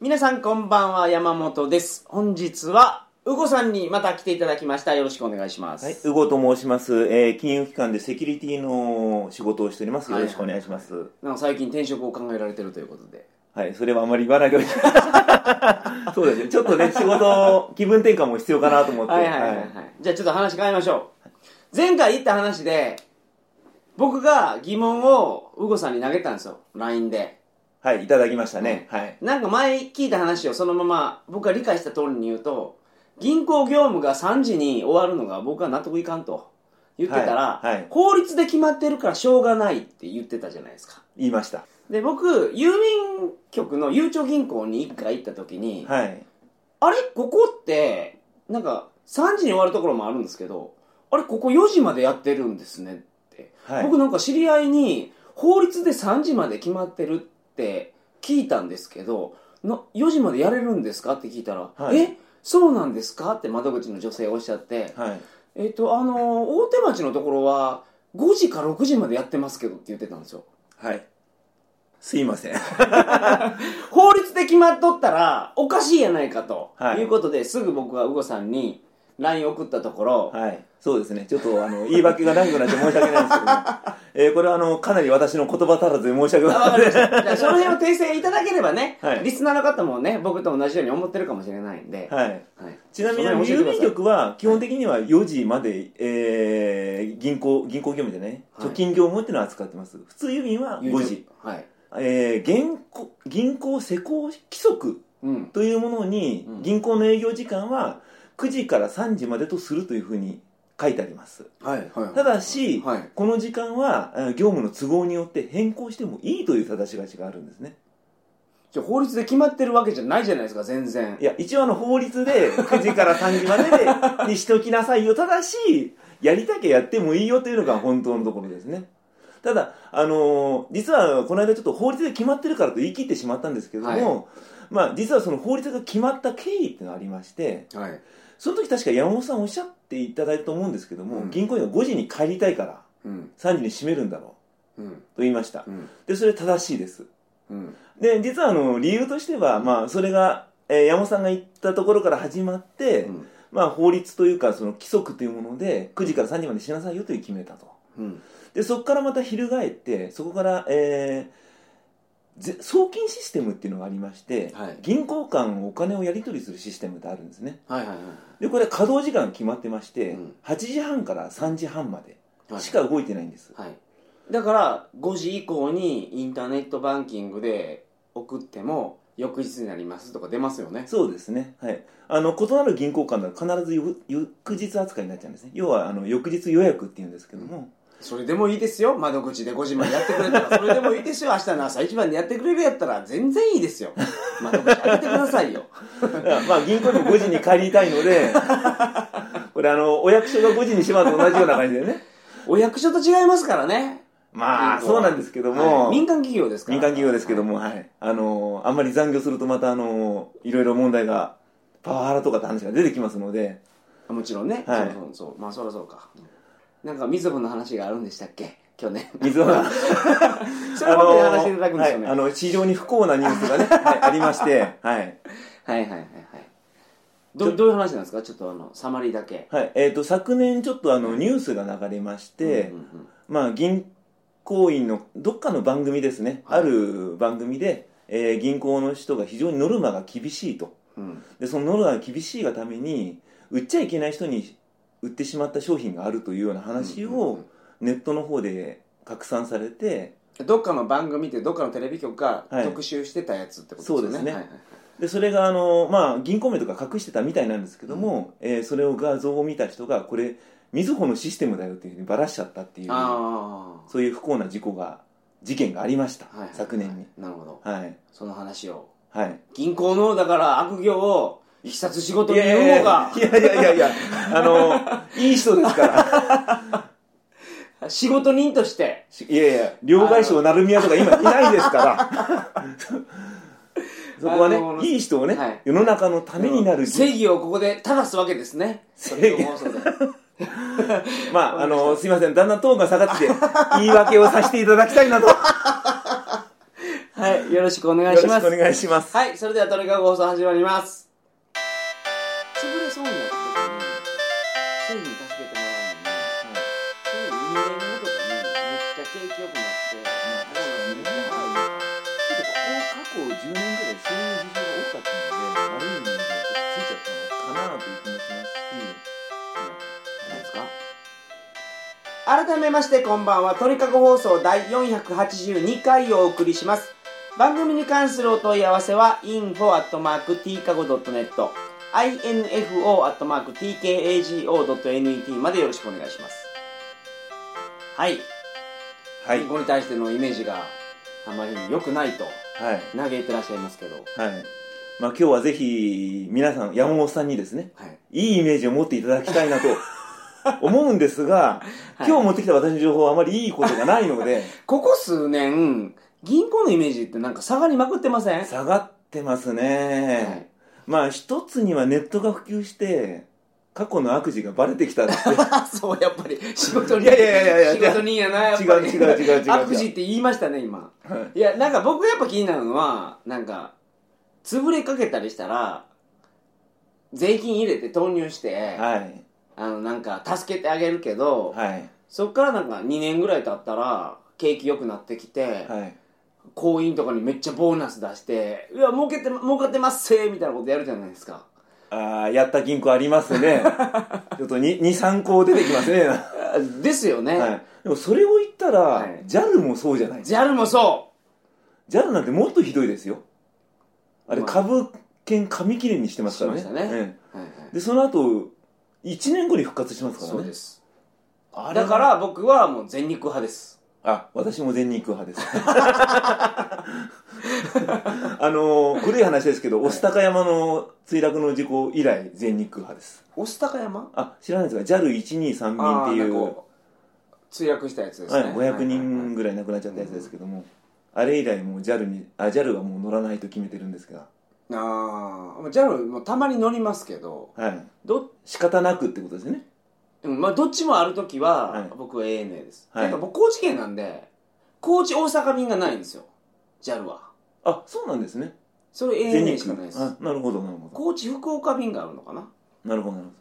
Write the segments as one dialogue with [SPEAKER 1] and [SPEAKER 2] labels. [SPEAKER 1] 皆さんこんばんは、山本です。本日は、うごさんにまた来ていただきました。よろしくお願いします。
[SPEAKER 2] はい、うごと申します、えー金融機関でセキュリティの仕事をしております。よろしくお願いします。はい
[SPEAKER 1] なんか最近転職を考えられてるということで。
[SPEAKER 2] それはあまり言わないでほしい。 そうですね、ちょっとね、仕事、気分転換も必要かなと思って。
[SPEAKER 1] はいはいはい、はい。じゃあちょっと話変えましょう。前回言った話で、僕が疑問をうごさんに投げたんですよ。LINE で。
[SPEAKER 2] はい、いただきましたね。はい。
[SPEAKER 1] なんか前聞いた話をそのまま僕が理解した通りに言うと、銀行業務が3時に終わるのが僕は納得いかんと言ってたら、
[SPEAKER 2] はいはい
[SPEAKER 1] 法律で決まってるからしょうがないって言ってたじゃないですか。
[SPEAKER 2] 言いました。
[SPEAKER 1] で、僕、郵便局のゆうちょ銀行に一回行った時に、
[SPEAKER 2] はい。
[SPEAKER 1] あれここって、なんか3時に終わるところもあるんですけど、あれここ4時までやってるんですねって。
[SPEAKER 2] はい。
[SPEAKER 1] 僕なんか知り合いに法律で3時まで決まってるって聞いたんですけどの4時までやれるんですかって聞いたら「
[SPEAKER 2] はい
[SPEAKER 1] えそうなんですか?」って窓口の女性がおっしゃって
[SPEAKER 2] はい。
[SPEAKER 1] 「えっとあのー大手町のところは5時か6時までやってますけど」って言ってたんですよ
[SPEAKER 2] はい。すいません。
[SPEAKER 1] 法律で決まっとったらおかしいやないかと、
[SPEAKER 2] はい
[SPEAKER 1] い、うことですぐ僕はうごさんに LINE 送ったところ、
[SPEAKER 2] はい。そうですね。ちょっと、あの、言い訳がないくなって申し訳ないんですけど、えーこれは、あの、かなり私の言葉足らずで申し訳ござい
[SPEAKER 1] あわ
[SPEAKER 2] ま
[SPEAKER 1] か
[SPEAKER 2] せん
[SPEAKER 1] りましたじゃあその辺を訂正いただければね、
[SPEAKER 2] はい
[SPEAKER 1] リスナーの方もね僕と同じように思ってるかもしれないんで、
[SPEAKER 2] はい。
[SPEAKER 1] はい
[SPEAKER 2] ちなみに
[SPEAKER 1] その辺教えてく
[SPEAKER 2] 郵
[SPEAKER 1] だ
[SPEAKER 2] 便
[SPEAKER 1] さい
[SPEAKER 2] 局は基本的には4時まで、えー銀行銀行業務でね、
[SPEAKER 1] はい
[SPEAKER 2] 貯金業務っていうのは扱ってます普通郵便は5時、
[SPEAKER 1] はい
[SPEAKER 2] えー銀行銀行施行規則
[SPEAKER 1] うん
[SPEAKER 2] というものに、
[SPEAKER 1] うん
[SPEAKER 2] 銀行の営業時間は9時から3時までとするというふうに書いてあります
[SPEAKER 1] はいはい
[SPEAKER 2] ただし、
[SPEAKER 1] はい
[SPEAKER 2] この時間はえー業務の都合によって変更してもいいという正しがちがあるんですね
[SPEAKER 1] じゃあ法律で決まってるわけじゃないじゃないですか全然
[SPEAKER 2] いや、一応あの法律で9時から3時 まででにしときなさいよ。ただし、やりたきゃやってもいいよというのが本当のところですね。ただ、あのー実はこの間ちょっと法律で決まってるからと言い切ってしまったんですけども、
[SPEAKER 1] は
[SPEAKER 2] まあ実はその法律が決まった経緯っていうのがありまして、
[SPEAKER 1] はい
[SPEAKER 2] その時確か山本さんおっしゃっていただいたと思うんですけども、
[SPEAKER 1] うん
[SPEAKER 2] 銀行員は5時に帰りたいから
[SPEAKER 1] うん
[SPEAKER 2] 3時に閉めるんだろ
[SPEAKER 1] うん
[SPEAKER 2] うと言いました
[SPEAKER 1] う。ん
[SPEAKER 2] で、それ正しいです。
[SPEAKER 1] うん
[SPEAKER 2] で実はあの理由としては、まあ、それが、えー山本さんが言ったところから始まって、
[SPEAKER 1] うん
[SPEAKER 2] まあ、法律というかその規則というもので9時から3時までしなさいよという決めたと
[SPEAKER 1] うん
[SPEAKER 2] でそこからまた翻ってそこから、えーぜ送金システムっていうのがありまして、
[SPEAKER 1] はい
[SPEAKER 2] 銀行間お金をやり取りするシステムってあるんですね
[SPEAKER 1] はいはいは
[SPEAKER 2] でこれは稼働時間が決まってまして、
[SPEAKER 1] うん
[SPEAKER 2] 8時半から3時半まで
[SPEAKER 1] いはい
[SPEAKER 2] しか動いてないんです、
[SPEAKER 1] はいだから5時以降にインターネットバンキングで送っても翌日になりますとか出ますよね
[SPEAKER 2] そうですね、はい、あの異なる銀行間では必ず翌翌日扱いになっちゃうんですね要はあの翌日予約っていうんですけども、
[SPEAKER 1] それでもいいですよ窓口で5時までやってくれた らそれでもいいですよ明日の朝一番でやってくれるやったら全然いいですよ窓口開けてください よ
[SPEAKER 2] だからまあ銀行にも5時に帰りたいのでこれあのお役所が5時に閉まると同じような感じでね
[SPEAKER 1] お役所と違いますからね
[SPEAKER 2] ま
[SPEAKER 1] 銀
[SPEAKER 2] あ
[SPEAKER 1] 行
[SPEAKER 2] そ
[SPEAKER 1] は
[SPEAKER 2] うなんですけども、
[SPEAKER 1] はい民間企業ですから
[SPEAKER 2] 民間企業ですけども、はいあのあんまり残業するとまたあのいろいろ問題がパワハラとかって話が出てきますので
[SPEAKER 1] あもちろんね、
[SPEAKER 2] は
[SPEAKER 1] そう
[SPEAKER 2] い
[SPEAKER 1] そうそうまあそりゃそうかなんかみずほの話があるんでしたっけ去年
[SPEAKER 2] 水 は
[SPEAKER 1] それを僕に話していただくんですよね、
[SPEAKER 2] あのはいあの非常に不幸なニュース がね、はいありましてはい
[SPEAKER 1] はいはいはいはいどどういう話なんですかちょっとあのサマリーだけ
[SPEAKER 2] はいえー、と昨年ちょっとあのニュースが流れまして、
[SPEAKER 1] うんうんうん
[SPEAKER 2] まあ、銀行員のどっかの番組ですね、
[SPEAKER 1] はい
[SPEAKER 2] ある番組で、えー銀行の人が非常にノルマが厳しいと
[SPEAKER 1] うん
[SPEAKER 2] でそのノルマが厳しいがために売っちゃいけない人に売ってしまった商品があるというような話
[SPEAKER 1] うんうん
[SPEAKER 2] をネットの方で拡散されて
[SPEAKER 1] うんどっかの番組ってどっかのテレビ局が
[SPEAKER 2] はい
[SPEAKER 1] 特集してたやつってことですよね、
[SPEAKER 2] そうですね
[SPEAKER 1] はいはいはい
[SPEAKER 2] でそれがあの、まあ、銀行名とか隠してたみたいなんですけども、えーそれを画像を見た人がこれみずほのシステムだよっていうふうにばらしちゃったっていう
[SPEAKER 1] ああ
[SPEAKER 2] そういう不幸な事故が事件がありました、昨年に
[SPEAKER 1] なるほど
[SPEAKER 2] はい
[SPEAKER 1] その話を
[SPEAKER 2] はい
[SPEAKER 1] 銀行のだから悪行を必殺仕事に
[SPEAKER 2] いやい
[SPEAKER 1] 言う
[SPEAKER 2] や
[SPEAKER 1] のが
[SPEAKER 2] いやいやいやいやあのいい人です から
[SPEAKER 1] 仕事人として
[SPEAKER 2] しいやいや両替商成宮とか今いないですから そこは
[SPEAKER 1] あの
[SPEAKER 2] ねいい人をね、
[SPEAKER 1] はい
[SPEAKER 2] 世の中のためになる
[SPEAKER 1] 正義をここで正すわけですね
[SPEAKER 2] 正義
[SPEAKER 1] 放送で
[SPEAKER 2] まああのすいませんだんだんトーンが下がってきて言い訳をさせていただきたいなと
[SPEAKER 1] はいはい、よろしくお願い
[SPEAKER 2] よ
[SPEAKER 1] し
[SPEAKER 2] ろし
[SPEAKER 1] ます。
[SPEAKER 2] くお願いします。
[SPEAKER 1] はい、それではトリカゴ放送始まります。潰れそうになった時に、繊維に助けてもらうのに、繊維に入れるごとに、めっちゃ景気よくなって、
[SPEAKER 2] まあ確かにねちょっとここ過去10年ぐらいそういう事象が多かったので、悪い意味でちょっとついちゃったのかなと
[SPEAKER 1] なんですか改め
[SPEAKER 2] いう気もし
[SPEAKER 1] ましてこんばんは鳥かご放送第482回をお送りします番組に関するお問い合わせは info.tkago.net info.tkago.net までよろしくお願いしますはい、
[SPEAKER 2] ますし、
[SPEAKER 1] これに対してのイメージがあまり良くないと
[SPEAKER 2] はい、
[SPEAKER 1] 嘆いてらっしゃいますけど
[SPEAKER 2] はい、はい。まあ今日はぜひ皆さん、山本さんにですね、
[SPEAKER 1] はい
[SPEAKER 2] いいイメージを持っていただきたいなと 思うんですが、
[SPEAKER 1] はい
[SPEAKER 2] 今日持ってきた私の情報はあまりいいことがな いので、
[SPEAKER 1] ここ数年銀行のイメージってなんか下がりまくってません
[SPEAKER 2] 下がってますね。
[SPEAKER 1] はい
[SPEAKER 2] まあ一つにはネットが普及して、過去の悪事がバレてきたって
[SPEAKER 1] あそうやっぱり仕事に
[SPEAKER 2] いやいやいやいや
[SPEAKER 1] 仕事にやなやっ
[SPEAKER 2] 違
[SPEAKER 1] ぱ
[SPEAKER 2] う
[SPEAKER 1] り
[SPEAKER 2] 違う違う違う違う
[SPEAKER 1] 悪事って言いましたね今
[SPEAKER 2] はい
[SPEAKER 1] やなんか僕やっぱ気になるのはなんか潰れかけたりしたら税金入れて投入して、
[SPEAKER 2] いはい
[SPEAKER 1] あのなんか助けてあげるけど、
[SPEAKER 2] はい
[SPEAKER 1] そっからなんか2年ぐらい経ったら景気良くなってきて、
[SPEAKER 2] はい
[SPEAKER 1] 行員とかにめっちゃボーナス出して「うわ儲けて儲かってますせー」みたいなことやるじゃないですか
[SPEAKER 2] ああやった銀行あります ねちょっと23個出てきますね、は
[SPEAKER 1] あですよね、
[SPEAKER 2] い、でもそれを言ったら、
[SPEAKER 1] はい
[SPEAKER 2] JAL もそうじゃない
[SPEAKER 1] JAL もそう
[SPEAKER 2] JAL なんてもっとひどいですよあれ
[SPEAKER 1] まあ
[SPEAKER 2] 株券紙切れにしてますからね
[SPEAKER 1] しましたね
[SPEAKER 2] え
[SPEAKER 1] はいはい
[SPEAKER 2] えでその後1年後に復活しますからね
[SPEAKER 1] そうです
[SPEAKER 2] あれ
[SPEAKER 1] だ
[SPEAKER 2] は
[SPEAKER 1] から僕はもう全肉派です
[SPEAKER 2] あ私も全日空派です あのー古い話ですけど御巣鷹山の墜落の事故以来全日空派です
[SPEAKER 1] 御巣鷹山
[SPEAKER 2] あ知らないですか JAL1230 便っていう
[SPEAKER 1] あーなんか墜落したやつです
[SPEAKER 2] は
[SPEAKER 1] ね、
[SPEAKER 2] い、500
[SPEAKER 1] はい
[SPEAKER 2] 人ぐらい亡くなっちゃったやつですけども、あれ以来もう JAL にあ JAL はもう乗らないと決めてるんですが
[SPEAKER 1] ああ JAL もたまに乗りますけど
[SPEAKER 2] はい
[SPEAKER 1] ど
[SPEAKER 2] 仕方なくってことですね
[SPEAKER 1] うんまあどっちもある時
[SPEAKER 2] は
[SPEAKER 1] はい僕は ANA です、
[SPEAKER 2] はい
[SPEAKER 1] なんか僕高知県なんで高知大阪便がないんですよ JAL は
[SPEAKER 2] あそうなんですね
[SPEAKER 1] それ
[SPEAKER 2] 全
[SPEAKER 1] ANA
[SPEAKER 2] 日
[SPEAKER 1] しか
[SPEAKER 2] 空
[SPEAKER 1] ないです
[SPEAKER 2] あなるほどなるほど
[SPEAKER 1] 高知福岡便があるのかな
[SPEAKER 2] なるほどなるほど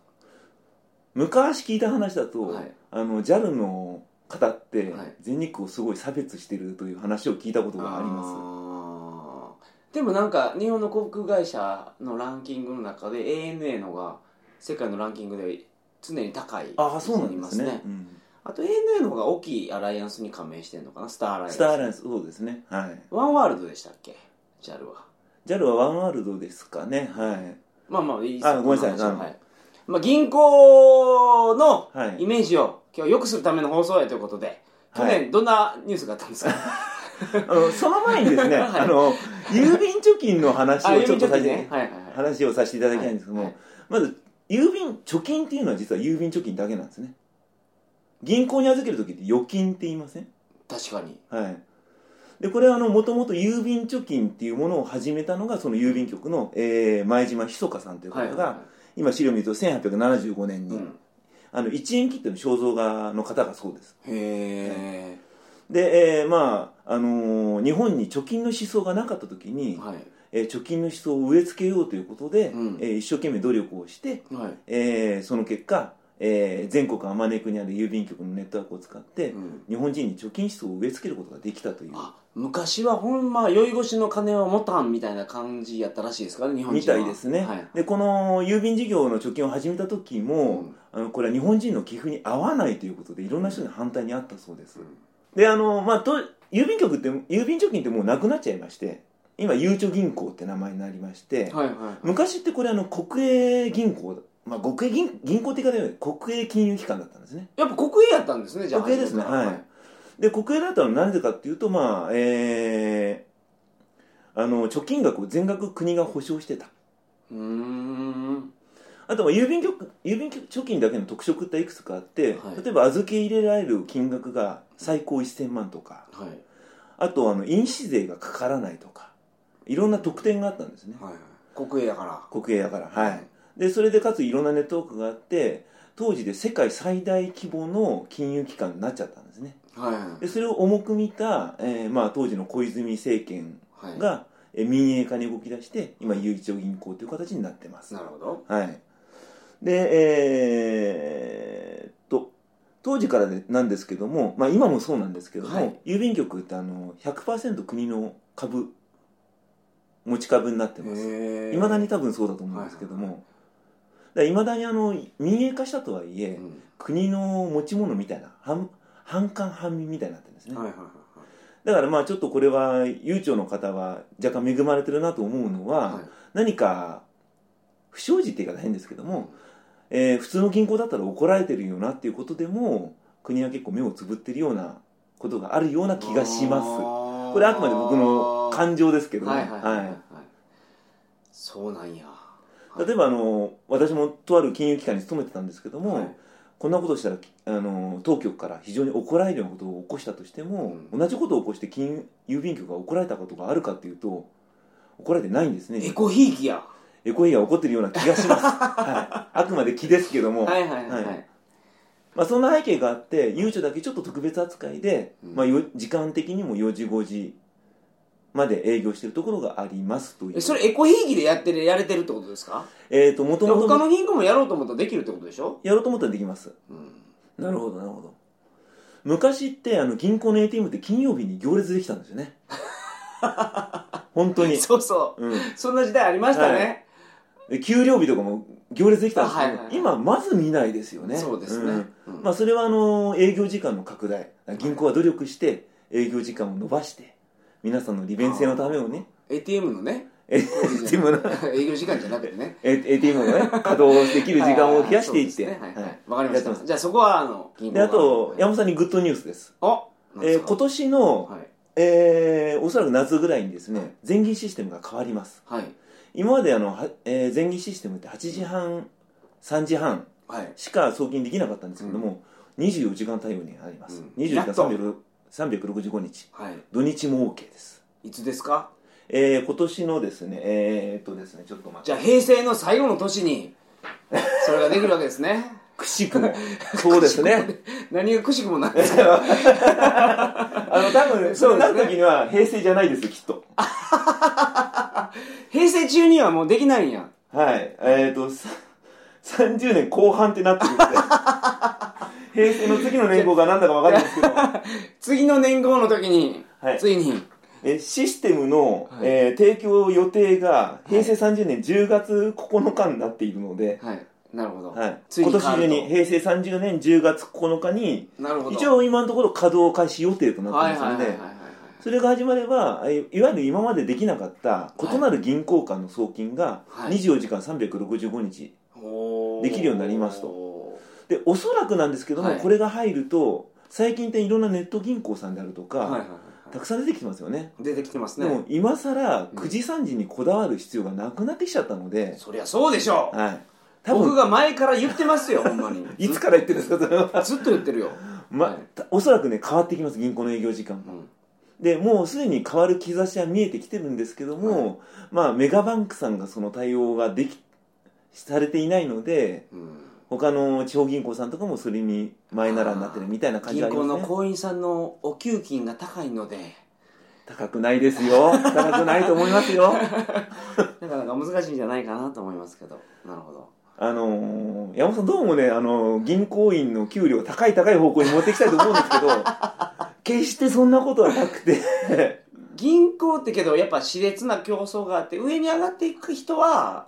[SPEAKER 2] 昔聞いた話だと、
[SPEAKER 1] はい
[SPEAKER 2] あの JAL の方って、
[SPEAKER 1] はい
[SPEAKER 2] 全日空をすごい差別してるという話を聞いたことがあります
[SPEAKER 1] ますでもなんか日本の航空会社のランキングの中で ANA のが世界のランキングで常に高い
[SPEAKER 2] ああそうなんですね
[SPEAKER 1] 位置にいます
[SPEAKER 2] うん
[SPEAKER 1] あと ANA の方が大きいアライアンスに加盟してるのかなスターアライアンス
[SPEAKER 2] スターアライアンスそうですねはい
[SPEAKER 1] ワンワールドでしたっけ JAL は
[SPEAKER 2] JAL はワンワールドですかねはい
[SPEAKER 1] まあまあいいです
[SPEAKER 2] あごめんなさい
[SPEAKER 1] この話は
[SPEAKER 2] うん
[SPEAKER 1] はいまあ、銀行の
[SPEAKER 2] はい
[SPEAKER 1] イメージを今日良くするための放送やということで去
[SPEAKER 2] はい
[SPEAKER 1] 年どんなニュースがあったんですか、
[SPEAKER 2] あのその前にです ね、
[SPEAKER 1] はい
[SPEAKER 2] あの郵便貯金の話
[SPEAKER 1] あ
[SPEAKER 2] を
[SPEAKER 1] 郵
[SPEAKER 2] ちょ
[SPEAKER 1] 便
[SPEAKER 2] っと
[SPEAKER 1] 貯
[SPEAKER 2] 最
[SPEAKER 1] 金
[SPEAKER 2] 初
[SPEAKER 1] ね
[SPEAKER 2] に
[SPEAKER 1] はいはいはい
[SPEAKER 2] 話をさせていただきたいんですけども、
[SPEAKER 1] はい
[SPEAKER 2] まず郵便貯金っていうのは実は郵便貯金だけなんですね銀行に預ける時って預金って言いません
[SPEAKER 1] 確かに
[SPEAKER 2] はいでこれはもともと郵便貯金っていうものを始めたのがその郵便局の、えー前島ひそかさんという
[SPEAKER 1] はい
[SPEAKER 2] 方
[SPEAKER 1] はい
[SPEAKER 2] が、
[SPEAKER 1] は
[SPEAKER 2] 今資料見ると1875年
[SPEAKER 1] い
[SPEAKER 2] に、
[SPEAKER 1] うん
[SPEAKER 2] あの1円切手の肖像画の方がそうです
[SPEAKER 1] へ
[SPEAKER 2] で、えーまああのー日本に貯金の思想がなかった時に、
[SPEAKER 1] えはい
[SPEAKER 2] えー貯金の思想を植え付けようということで、
[SPEAKER 1] うん
[SPEAKER 2] えー一生懸命努力をして、
[SPEAKER 1] はい
[SPEAKER 2] えーその結果、えー全国あまねくにある郵便局のネットワークを使って、
[SPEAKER 1] うん
[SPEAKER 2] 日本人に貯金思想を植え付けることができたという
[SPEAKER 1] あ昔はほんま酔い越しの金は持たんみたいな感じやったらしいですから日本
[SPEAKER 2] み
[SPEAKER 1] 人は
[SPEAKER 2] たいですね、
[SPEAKER 1] はい
[SPEAKER 2] でこの郵便事業の貯金を始めた時
[SPEAKER 1] う
[SPEAKER 2] も、
[SPEAKER 1] ん
[SPEAKER 2] あのこれは日本人の寄付に合わないということでいろんな人に反対にあったそうです、
[SPEAKER 1] うん
[SPEAKER 2] であのまあと郵便局って郵便貯金ってもうなくなっちゃいまして今ゆうちょ銀行って名前になりまして、
[SPEAKER 1] はいはい
[SPEAKER 2] 昔ってこれあの国営銀行だ、まあ、国営銀銀行って言い方より国営金融機関だったんですね
[SPEAKER 1] やっぱ国営やったんですねじゃあ
[SPEAKER 2] 国営ですね
[SPEAKER 1] 初めから
[SPEAKER 2] はいで国営だったのは何でかっていうとまあえーあの貯金額を全額国が保証してた
[SPEAKER 1] うーん
[SPEAKER 2] あとは郵便局郵便局貯金だけの特色っていくつかあって、
[SPEAKER 1] はい
[SPEAKER 2] 例えば預け入れられる金額が最高1000万とか
[SPEAKER 1] はい
[SPEAKER 2] あとあの印紙税がかからないとかいろんな特典があったんですね
[SPEAKER 1] はいはい国営やから
[SPEAKER 2] 国営だからはいでそれでかついろんなネットワークがあって当時で世界最大規模の金融機関になっちゃったんですね
[SPEAKER 1] はいはい
[SPEAKER 2] でそれを重く見た、えーまあ、当時の小泉政権
[SPEAKER 1] はい
[SPEAKER 2] がえ民営化に動き出して今有一町銀行という形になってます
[SPEAKER 1] なるほど
[SPEAKER 2] はい。で、えーっと、当時からでなんですけども、まあ今もそうなんですけども、
[SPEAKER 1] はい
[SPEAKER 2] 郵便局ってあの、100%国の株、持ち株になってます。
[SPEAKER 1] い
[SPEAKER 2] いまだに多分そうだと思うんですけど
[SPEAKER 1] はい
[SPEAKER 2] も、いまだにあの、民営化したとはいえ、
[SPEAKER 1] うん
[SPEAKER 2] 国の持ち物みたいな、半、半官半民みたいになってるんですね。
[SPEAKER 1] はいはいは
[SPEAKER 2] だからまあちょっとこれは、悠長の方は若干恵まれてるなと思うの
[SPEAKER 1] い
[SPEAKER 2] は、
[SPEAKER 1] はいはい
[SPEAKER 2] 何か、不祥事って言い方変ですけども、えー普通の銀行だったら怒られてるよなっていうことでも国は結構目をつぶってるようなことがあるような気がします
[SPEAKER 1] こ
[SPEAKER 2] これあくまで僕の感情ですけど、
[SPEAKER 1] はいはいはいはいはい
[SPEAKER 2] は
[SPEAKER 1] そうなんや
[SPEAKER 2] い例えばあの私もとある金融機関に勤めてたんですけども、
[SPEAKER 1] はい
[SPEAKER 2] こんなことしたらあの当局から非常に怒られるようなことを起こしたとしても、
[SPEAKER 1] うん
[SPEAKER 2] 同じことを起こして金郵便局が怒られたことがあるかっていうと怒られてないんですね
[SPEAKER 1] エコひいきや
[SPEAKER 2] エコイが起こってるような気がし ます、はい、あくまで気ですけども、
[SPEAKER 1] はいはいはいは
[SPEAKER 2] はいまあ、そんな背景があってゆうちょだけちょっと特別扱いで、
[SPEAKER 1] うん
[SPEAKER 2] まあ、よ時間的にも4時5時まで営業してるところがありますという
[SPEAKER 1] えそれエコひいきでやってるやれてるってことですか
[SPEAKER 2] えっ、ともとも
[SPEAKER 1] 他
[SPEAKER 2] と
[SPEAKER 1] の銀行もやろうと思ったらできるってことでしょ
[SPEAKER 2] やろうと思ったらできます
[SPEAKER 1] うん
[SPEAKER 2] なるほどなるほど昔ってあの銀行の ATM って金曜日に行列できたんですよ ね本当に、
[SPEAKER 1] そうそ
[SPEAKER 2] うん、
[SPEAKER 1] うそんな時代ありましたね
[SPEAKER 2] で給料日とかも行列できたんですけど、
[SPEAKER 1] はいはいはい
[SPEAKER 2] 今まず見ないですよね
[SPEAKER 1] そうです
[SPEAKER 2] ん
[SPEAKER 1] ねうん
[SPEAKER 2] まあ、それはあの営業時間の拡大銀行は努力して営業時間を延ばして皆さんの利便性のためをね
[SPEAKER 1] ATM のね
[SPEAKER 2] ATM の
[SPEAKER 1] 営業時間じゃなくてね
[SPEAKER 2] A- ATM をね稼働できる時間を増やしていって
[SPEAKER 1] はいはいそうですねはいはい
[SPEAKER 2] は
[SPEAKER 1] わかりま
[SPEAKER 2] やってま
[SPEAKER 1] した
[SPEAKER 2] す
[SPEAKER 1] じゃあそこはあの銀
[SPEAKER 2] い
[SPEAKER 1] 行
[SPEAKER 2] で
[SPEAKER 1] が
[SPEAKER 2] あと
[SPEAKER 1] はい
[SPEAKER 2] 山本さんにグッドニュースです、
[SPEAKER 1] あなん
[SPEAKER 2] え
[SPEAKER 1] です
[SPEAKER 2] ー
[SPEAKER 1] か
[SPEAKER 2] 今年の、
[SPEAKER 1] はい
[SPEAKER 2] えーおそらく夏ぐらいにですね全銀システムが変わります
[SPEAKER 1] はい
[SPEAKER 2] 今まであの、はえー全銀システムって8時半3時半
[SPEAKER 1] はい
[SPEAKER 2] しか送金できなかったんですけども、24時間対応になります、
[SPEAKER 1] うん
[SPEAKER 2] 24
[SPEAKER 1] やっ
[SPEAKER 2] 時
[SPEAKER 1] と
[SPEAKER 2] 間300 365日
[SPEAKER 1] はい
[SPEAKER 2] 土日も OK です
[SPEAKER 1] いつですか
[SPEAKER 2] えー、今年のですね、えー、っとですね、ちょっと待って。
[SPEAKER 1] じゃあ平成の最後の年にそれができるわけですね
[SPEAKER 2] くしくも。そうで すね。
[SPEAKER 1] 何がくしくもなんですか
[SPEAKER 2] あの、多分、そうなった時には平成じゃないです、きっと。
[SPEAKER 1] 平成中にはもうできないんや
[SPEAKER 2] はい。えー、っと、さ30年後半ってなってる んで。平成の次の年号が何だか分かんないです けど、
[SPEAKER 1] 次の年号の時に、
[SPEAKER 2] はい
[SPEAKER 1] ついに
[SPEAKER 2] えシステムの、
[SPEAKER 1] はい
[SPEAKER 2] えー提供予定が平成30年10月9日になっているので、
[SPEAKER 1] はいなるほど、
[SPEAKER 2] はい、
[SPEAKER 1] つい
[SPEAKER 2] 今
[SPEAKER 1] に
[SPEAKER 2] 年
[SPEAKER 1] 変わ
[SPEAKER 2] 中
[SPEAKER 1] ると
[SPEAKER 2] に平成30年10月9日に、
[SPEAKER 1] なるほど
[SPEAKER 2] 一応今のところ稼働開始予定となっ
[SPEAKER 1] は
[SPEAKER 2] て
[SPEAKER 1] い
[SPEAKER 2] ま
[SPEAKER 1] は
[SPEAKER 2] す
[SPEAKER 1] いは
[SPEAKER 2] の
[SPEAKER 1] いはいはい
[SPEAKER 2] で、それが始まればえいわゆる今までできなかった異なる銀行間の送金が
[SPEAKER 1] はい
[SPEAKER 2] 24時間365日
[SPEAKER 1] おー
[SPEAKER 2] できるようになりますでおそらくなんですけども、
[SPEAKER 1] はい
[SPEAKER 2] これが入ると最近っていろんなネット銀行さんであるとか、
[SPEAKER 1] はいはいはい
[SPEAKER 2] た
[SPEAKER 1] は
[SPEAKER 2] くさん出てきてますよね
[SPEAKER 1] い出てきてます
[SPEAKER 2] でも
[SPEAKER 1] ね
[SPEAKER 2] 今さら
[SPEAKER 1] うん
[SPEAKER 2] 9時3時にこだわる必要がなくなってきちゃったので、
[SPEAKER 1] そりゃそうでしょう
[SPEAKER 2] はい、多
[SPEAKER 1] 僕
[SPEAKER 2] 分
[SPEAKER 1] が前から言ってますよ ほんまに
[SPEAKER 2] いつから言ってるんですかそれは、
[SPEAKER 1] ずっと言ってるよ、
[SPEAKER 2] ま
[SPEAKER 1] はい
[SPEAKER 2] たおそらくね変わってきます銀行の営業時間が
[SPEAKER 1] うん
[SPEAKER 2] でもうすでに変わる兆しは見えてきてるんですけども、まあメガバンクさんがその対応ができされていないので
[SPEAKER 1] うん
[SPEAKER 2] 他の地方銀行さんとかもそれに前ならになってるみたいな感じは
[SPEAKER 1] 銀
[SPEAKER 2] あ
[SPEAKER 1] 行
[SPEAKER 2] りま
[SPEAKER 1] の
[SPEAKER 2] すね
[SPEAKER 1] 行員さんのお給金が高いので
[SPEAKER 2] 高くないですよ高くないと思いますよ
[SPEAKER 1] なかなか難しいんじゃないかなと思いますけどなるほど
[SPEAKER 2] あのー山本さんどうもね、あのー銀行員の給料高い高い方向に持ってきたいと思うんですけど 決してそんなことはなくて
[SPEAKER 1] 銀行ってけどやっぱ熾烈な競争があって上に上がっていく人は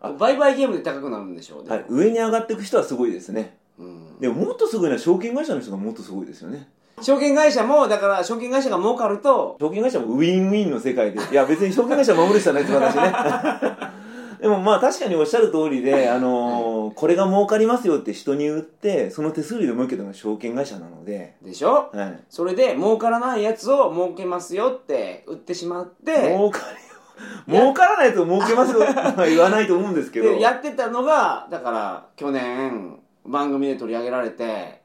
[SPEAKER 2] あ
[SPEAKER 1] 売買ゲームで高くなるんでしょうね、
[SPEAKER 2] はい上に上がっていく人はすごいですね
[SPEAKER 1] うん、
[SPEAKER 2] でももっとすごいのは証券会社の人がもっとすごいですよね
[SPEAKER 1] 証券会社もだから証券会社が儲かると
[SPEAKER 2] 証券会社もウィンウィンの世界でいや別に証券会社守る人はないです私ね でもまあ確かにおっしゃる通りで、あのーこれが儲かりますよって人に売ってその手数料で儲けたのが証券会社なので、
[SPEAKER 1] でしょ
[SPEAKER 2] はい、
[SPEAKER 1] それで儲からないやつを儲けますよって売ってしまって
[SPEAKER 2] 儲かるよ儲からないと儲けますよとは言わないと思うんですけど
[SPEAKER 1] でやってたのがだから去年番組で取り上げられて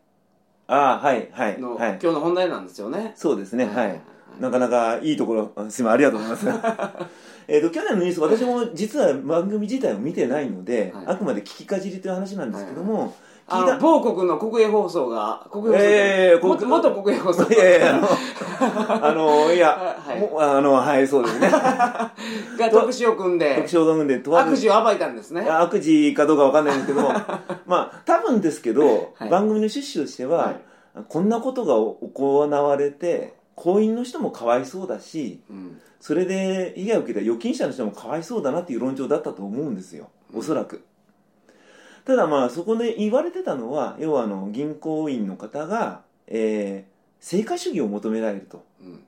[SPEAKER 2] ああはいはい
[SPEAKER 1] の、
[SPEAKER 2] は
[SPEAKER 1] 今
[SPEAKER 2] い
[SPEAKER 1] 日の本題なんですよね
[SPEAKER 2] そうですねはい、
[SPEAKER 1] い
[SPEAKER 2] なかなかいいところあすいませんありがとうございます えっと去年のニュース私も実は番組自体を見てないので、
[SPEAKER 1] はい
[SPEAKER 2] あくまで聞きかじりという話なんですけども、
[SPEAKER 1] あ
[SPEAKER 2] 聞い
[SPEAKER 1] の
[SPEAKER 2] た
[SPEAKER 1] 某国の国営放送が国営放送
[SPEAKER 2] ええ
[SPEAKER 1] もっと元
[SPEAKER 2] 国
[SPEAKER 1] 国営放送
[SPEAKER 2] いやいや あのあのいや、
[SPEAKER 1] はい
[SPEAKER 2] もうあのはいそうですね
[SPEAKER 1] が特集を組んで
[SPEAKER 2] 特徴が生んでとある
[SPEAKER 1] 悪事を暴いたんですね
[SPEAKER 2] いや悪事かどうかわかんないんですけどもまあ多分ですけど、
[SPEAKER 1] はい
[SPEAKER 2] 番組の趣旨としては、
[SPEAKER 1] はい
[SPEAKER 2] こんなことが行われて婚姻の人もかわいそうだし
[SPEAKER 1] うん
[SPEAKER 2] それで被害を受けた預金者の人もかわいそうだなっていう論調だったと思うんですよおそらく、ただまあそこで言われてたのは要はあの銀行員の方が、えー成果主義を求められると、
[SPEAKER 1] うん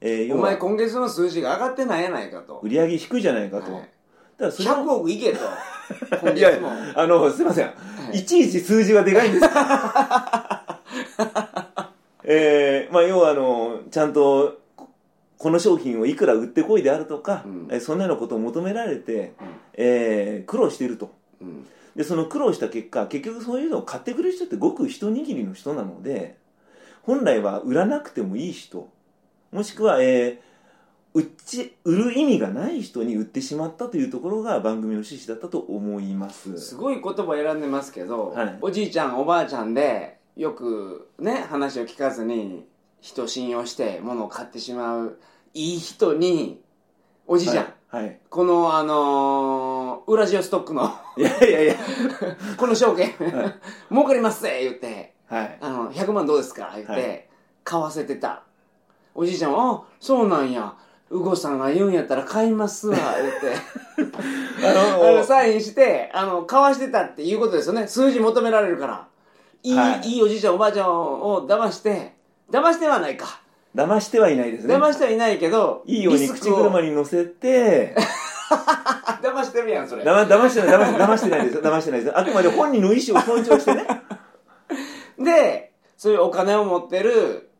[SPEAKER 2] えー
[SPEAKER 1] お
[SPEAKER 2] 要
[SPEAKER 1] 前
[SPEAKER 2] は
[SPEAKER 1] 今月の数字が上がってないやないかと
[SPEAKER 2] 売り上げ低いじゃないかと、
[SPEAKER 1] はい
[SPEAKER 2] ただそれは
[SPEAKER 1] 100億いけと今
[SPEAKER 2] いや
[SPEAKER 1] 月も
[SPEAKER 2] あのすいません
[SPEAKER 1] はい
[SPEAKER 2] いちいち数字がでかいん です。えーまあ、要はあのちゃんとここの商品をいくら売ってこいであるとか、
[SPEAKER 1] うん
[SPEAKER 2] えーそんなようなことを求められて、
[SPEAKER 1] うん
[SPEAKER 2] えー苦労していると
[SPEAKER 1] うん
[SPEAKER 2] でその苦労した結果結局そういうのを買ってくれる人ってごく一握りの人なので本来は売らなくてもいい人もしくは、えー売っち売る意味がない人に売ってしまったというところが番組の趣旨だったと思います。
[SPEAKER 1] すごい言葉選んでますけど、
[SPEAKER 2] はい
[SPEAKER 1] おじいちゃんおばあちゃんでよくね話を聞かずに人を信用して物を買ってしまういい人におじいちゃん、
[SPEAKER 2] はいはい
[SPEAKER 1] このあのーウラジオストッ クの
[SPEAKER 2] いやいやいや、
[SPEAKER 1] この証券、
[SPEAKER 2] は
[SPEAKER 1] 儲かりますぜ言って
[SPEAKER 2] はい。
[SPEAKER 1] あの100万どうですか言って、
[SPEAKER 2] はい
[SPEAKER 1] 買わせてたおじいちゃんは「あそうなんやうごさんが言うんやったら買いますわ」言って。
[SPEAKER 2] あ
[SPEAKER 1] あのサインしてあの交わしてたっていうことですよね数字求められるからいい,、
[SPEAKER 2] はい
[SPEAKER 1] い、いおじいちゃんおばあちゃんを騙して騙してはないか
[SPEAKER 2] 騙してはいないですね。
[SPEAKER 1] 騙してはいないけど
[SPEAKER 2] いいように
[SPEAKER 1] リス
[SPEAKER 2] 口
[SPEAKER 1] クを
[SPEAKER 2] 車に乗せて、
[SPEAKER 1] あ騙してるやんそれ
[SPEAKER 2] だま騙してない、騙して騙してないですよ。騙してないですよ。あくまで本人の意思を尊重してね。
[SPEAKER 1] でそういうお金を持ってる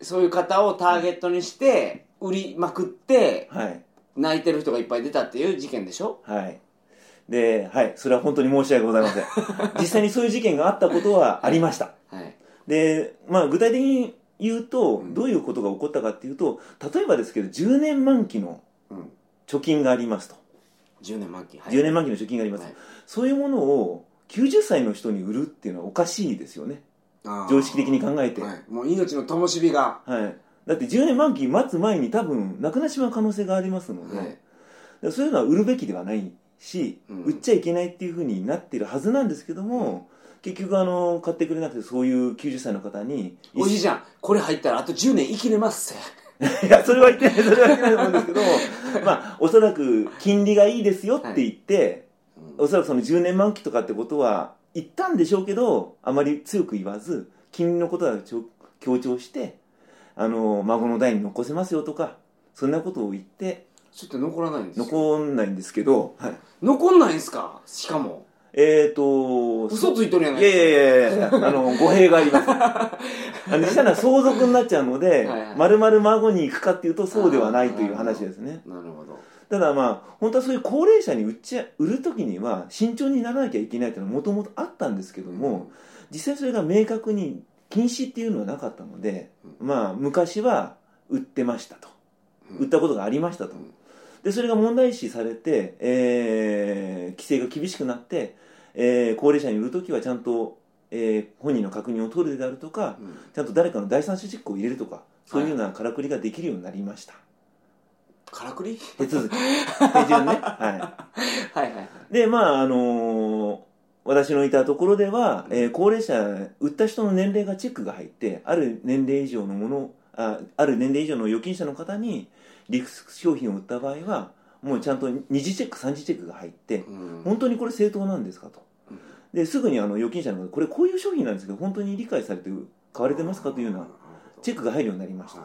[SPEAKER 1] そういう方をターゲットにして売りまくって
[SPEAKER 2] はい。
[SPEAKER 1] 泣いてる人がいっぱい出たっていう事件でしょ
[SPEAKER 2] はい。で、はい。それは本当に申し訳ございません。実際にそういう事件があったことはありました。
[SPEAKER 1] はい
[SPEAKER 2] で、まあ具体的に言うと
[SPEAKER 1] う、ん
[SPEAKER 2] どういうことが起こったかっていうと、例えばですけど、10年満期の
[SPEAKER 1] うん
[SPEAKER 2] 貯金がありますと。
[SPEAKER 1] 10年満期はい
[SPEAKER 2] 10年満期の貯金があります。
[SPEAKER 1] はい
[SPEAKER 2] そういうものを90歳の人に売るっていうのはおかしいですよね。
[SPEAKER 1] あー
[SPEAKER 2] 常識的に考えて。
[SPEAKER 1] はいもう命の灯火が
[SPEAKER 2] はい、だって10年満期待つ前に多分なくなってしまう可能性がありますので、
[SPEAKER 1] はい
[SPEAKER 2] でそういうのは売るべきではないし、
[SPEAKER 1] うん
[SPEAKER 2] 売っちゃいけないっていうふうになってるはずなんですけども、結局あの買ってくれなくてそういう90歳の方に
[SPEAKER 1] おじいちゃん、これ入ったらあと10年生きれますぜ。
[SPEAKER 2] いやそれは言ってないそれは言ってないと思うんで すけどまあおそらく金利がいいですよって言って、おそらくその10年満期とかってことは言ったんでしょうけどあまり強く言わず金利のことはちょ強調してあの孫の代に残せますよとかそんなことを言って
[SPEAKER 1] ちょっと残らないんですよ。
[SPEAKER 2] 残んないんですけど、はい
[SPEAKER 1] 残んないんすかしかも。
[SPEAKER 2] えっ、ー、と
[SPEAKER 1] 嘘ついとるやないい
[SPEAKER 2] や
[SPEAKER 1] ですか。
[SPEAKER 2] いやいやいやあの語弊があ りますあの実際には相続になっちゃうので
[SPEAKER 1] はいはい
[SPEAKER 2] まるまる孫に行くかっていうとそうではないという話ですね
[SPEAKER 1] なるほど。
[SPEAKER 2] ただまあ本当はそういう高齢者に売っちゃ売る時には慎重にならなきゃいけないというのはもともとあったんですけども、実際それが明確に禁止っていうのはなかったので、まあ昔は売ってましたと、
[SPEAKER 1] うん
[SPEAKER 2] 売ったことがありましたと、
[SPEAKER 1] うん
[SPEAKER 2] でそれが問題視されて、えー規制が厳しくなって、えー高齢者に売るときはちゃんと、えー本人の確認を取るであるとか
[SPEAKER 1] うん
[SPEAKER 2] ちゃんと誰かの第三者実行を入れるとかそういうようなからくりができるようになりました、
[SPEAKER 1] からくり
[SPEAKER 2] 手続き手 順ね はい
[SPEAKER 1] はいはい。
[SPEAKER 2] でまああのー私のいたところでは、えー高齢者売った人の年齢がチェックが入ってある年齢以上のものあある年齢以上の預金者の方にリスク商品を売った場合はもうちゃんと二次チェック三次チェックが入って
[SPEAKER 1] うん
[SPEAKER 2] 本当にこれ正当なんですかと
[SPEAKER 1] うん
[SPEAKER 2] ですぐにあの預金者の方これこういう商品なんですけど本当に理解されて買われてますかというようなチェッ
[SPEAKER 1] ク
[SPEAKER 2] クが入るようになりました、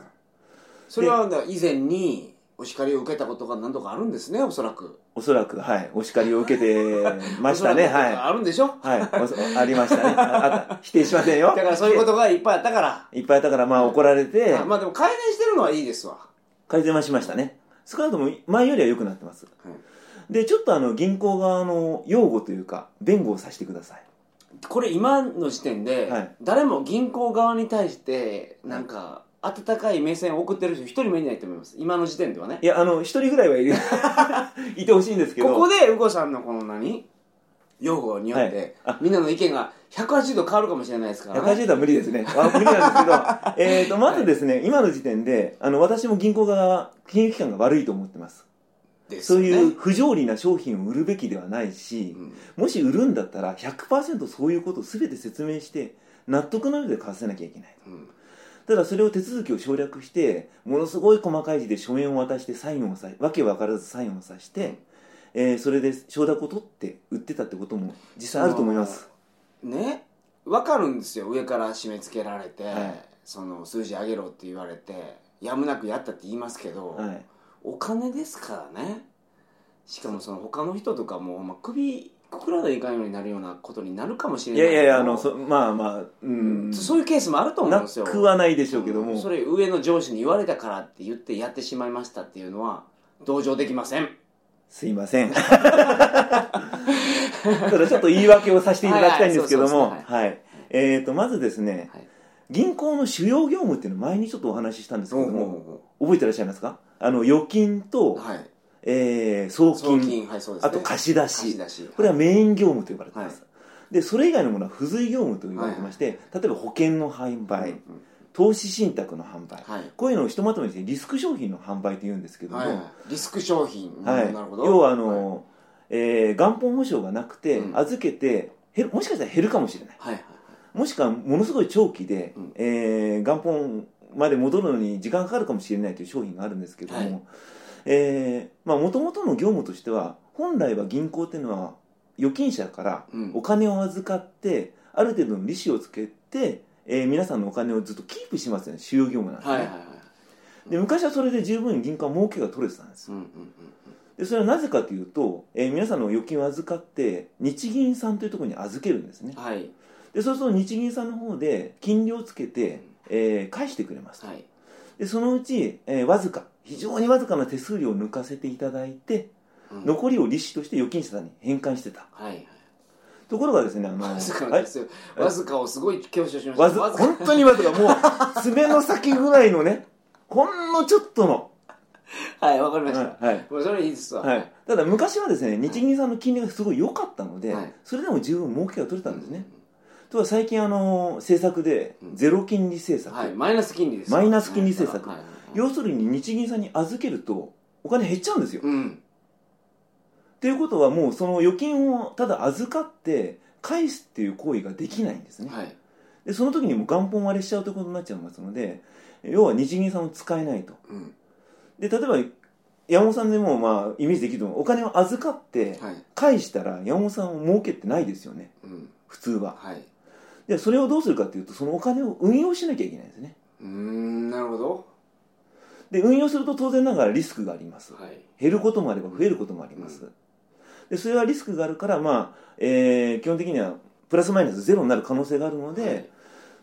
[SPEAKER 1] それは、以前にお叱りを受けたことが何度かあるんですね、おそらく。
[SPEAKER 2] おそらくはいお叱りを受けてましたね
[SPEAKER 1] おそらく
[SPEAKER 2] はい
[SPEAKER 1] あるんでしょ
[SPEAKER 2] はい、おそ ありましたね。ああった。否定しませんよ。
[SPEAKER 1] だからそういうことがいっぱいあったから。
[SPEAKER 2] いっぱいだから、まあ怒られて、
[SPEAKER 1] あまあでも改善してるのはいいですわ。
[SPEAKER 2] 改善はしましたね。少なくとも前よりは良くなってます。で、ちょっとあの、銀行側の擁護というか、弁護をさせてください。
[SPEAKER 1] これ今の時点で、
[SPEAKER 2] はい
[SPEAKER 1] 誰も銀行側に対してなんか温かい目線を送ってる人一人もいないと思います今の時点ではね
[SPEAKER 2] い や、あの、一人ぐらいはいる。いてほしいんですけど。
[SPEAKER 1] ここでウゴさんのこの何用語によっ
[SPEAKER 2] はい
[SPEAKER 1] て、
[SPEAKER 2] あ
[SPEAKER 1] みんなの意見が180度変わるかもしれないですから、
[SPEAKER 2] 180度は無理ですね。あ無理なんですけど、 えっと、まずですね、今の時点で、あの、私も銀行が、金融機関が悪いと思ってます。
[SPEAKER 1] ですよ
[SPEAKER 2] そう
[SPEAKER 1] ね
[SPEAKER 2] いう不条理な商品を売るべきではないし、
[SPEAKER 1] うん
[SPEAKER 2] もし売るんだったら100%そういうことを全て説明して、納得の上で買わせなきゃいけない。
[SPEAKER 1] うん
[SPEAKER 2] ただそれを手続きを省略してものすごい細かい字で書面を渡してサインをさわけわからずサインをさして、えーそれで承諾を取って売ってたってことも実際あると思います
[SPEAKER 1] ね分かるんですよ上から締め付けられて、
[SPEAKER 2] はい
[SPEAKER 1] その数字上げろって言われてやむなくやったって言いますけど、
[SPEAKER 2] はい
[SPEAKER 1] お金ですからねしかもその他の人とかも、まあ、首くくらないかんようになるようなことになるかもしれ
[SPEAKER 2] い
[SPEAKER 1] ない
[SPEAKER 2] やいやいやあの
[SPEAKER 1] そ
[SPEAKER 2] そまあまあうん
[SPEAKER 1] そういうケースもあると思うん
[SPEAKER 2] な
[SPEAKER 1] ですよ
[SPEAKER 2] くはないでしょうけども、
[SPEAKER 1] それ上の上司に言われたからって言ってやってしまいましたっていうのは同情できません
[SPEAKER 2] すいません ただちょっと言い訳をさせていただきたいんですけど
[SPEAKER 1] はい
[SPEAKER 2] も
[SPEAKER 1] はいそうそう
[SPEAKER 2] はいえーとまずですね、
[SPEAKER 1] はい
[SPEAKER 2] 銀行の主要業務っていうの前にちょっとお話ししたんですけども覚えてらっしゃいますかあの預金と、
[SPEAKER 1] はい
[SPEAKER 2] えー送
[SPEAKER 1] 送
[SPEAKER 2] 金
[SPEAKER 1] 金はいそうです、
[SPEAKER 2] あ
[SPEAKER 1] ね、
[SPEAKER 2] と貸し出し
[SPEAKER 1] 貸し出し
[SPEAKER 2] これはメイン業務と呼ばれてます、でそれ以外のものは付随業務と呼ばれてまして、例えば保険の販売、
[SPEAKER 1] うんうん
[SPEAKER 2] 投資信託の販売、
[SPEAKER 1] はい
[SPEAKER 2] こういうのをひとまとめにしてリスク商品の販売というんですけども、
[SPEAKER 1] はいはい、リスク商品、
[SPEAKER 2] はい
[SPEAKER 1] なるほど
[SPEAKER 2] 要はあの、えー元本保証がなくて、
[SPEAKER 1] うん
[SPEAKER 2] 預けて減るもしかしたら減るかもしれない
[SPEAKER 1] はいはい
[SPEAKER 2] もしくはものすごい長期で、
[SPEAKER 1] うん
[SPEAKER 2] えー元本まで戻るのに時間かかるかもしれないという商品があるんですけども、
[SPEAKER 1] はい
[SPEAKER 2] えーまあ元々の業務としては本来は銀行っていうのは預金者から
[SPEAKER 1] うん
[SPEAKER 2] お金を預かってある程度の利子をつけて、えー皆さんのお金をずっとキープしますよね主要業務なんですね、
[SPEAKER 1] はいはいはい
[SPEAKER 2] で昔はそれで十分銀行は儲けが取れてたんです
[SPEAKER 1] う
[SPEAKER 2] よ
[SPEAKER 1] んうんうん
[SPEAKER 2] でそれはなぜかというと、えー皆さんの預金を預かって日銀さんというところに預けるんですね
[SPEAKER 1] うんはい
[SPEAKER 2] でそうすると日銀さんの方で金利をつけて、えー返してくれますと、
[SPEAKER 1] はい
[SPEAKER 2] でそのうち、えーわずか非常にわずかな手数料を抜かせていただいて
[SPEAKER 1] うん
[SPEAKER 2] 残りを利子として預金者さんに返還してた
[SPEAKER 1] はいはい
[SPEAKER 2] ところがですねあの
[SPEAKER 1] わずか
[SPEAKER 2] はい
[SPEAKER 1] ですよ、わずかをすごい強調しました
[SPEAKER 2] わ
[SPEAKER 1] か
[SPEAKER 2] ず本当にわずかもう爪の先ぐらいのね ほんのちょっとの、
[SPEAKER 1] はいわかりました、
[SPEAKER 2] はいはい
[SPEAKER 1] もうそれいいですわ
[SPEAKER 2] はい、ただ昔はですね日銀さんの金利がすごい良かったので、
[SPEAKER 1] はい
[SPEAKER 2] それでも十分儲けが取れたんですね、とは最近あの政策で
[SPEAKER 1] うん
[SPEAKER 2] ゼロ金利政策、
[SPEAKER 1] はいマイナス金利ですよ
[SPEAKER 2] マイナス金利政策
[SPEAKER 1] はいはいはい
[SPEAKER 2] 要するに日銀さんに預けるとお金減っちゃうんですよ、
[SPEAKER 1] うん
[SPEAKER 2] っていうことはもうその預金をただ預かって返すっていう行為ができないんですね、
[SPEAKER 1] はい
[SPEAKER 2] でその時にもう元本割れしちゃうということになっちゃいますので要は日銀さんを使えないと
[SPEAKER 1] うん
[SPEAKER 2] で例えば山本さんでもまあイメージできると思うお金を預かって
[SPEAKER 1] はい
[SPEAKER 2] 返したら山本さんを儲けってないですよね
[SPEAKER 1] うん
[SPEAKER 2] 普通は
[SPEAKER 1] はい
[SPEAKER 2] でそれをどうするかっていうとそのお金を運用しなきゃいけないんですね
[SPEAKER 1] うーんなるほど
[SPEAKER 2] で運用すると当然ながらリスクがあります
[SPEAKER 1] はい
[SPEAKER 2] 減ることもあれば増えることもあります、でそれはリスクがあるからまあ、えー基本的にはプラスマイナスゼロになる可能性があるので、
[SPEAKER 1] はい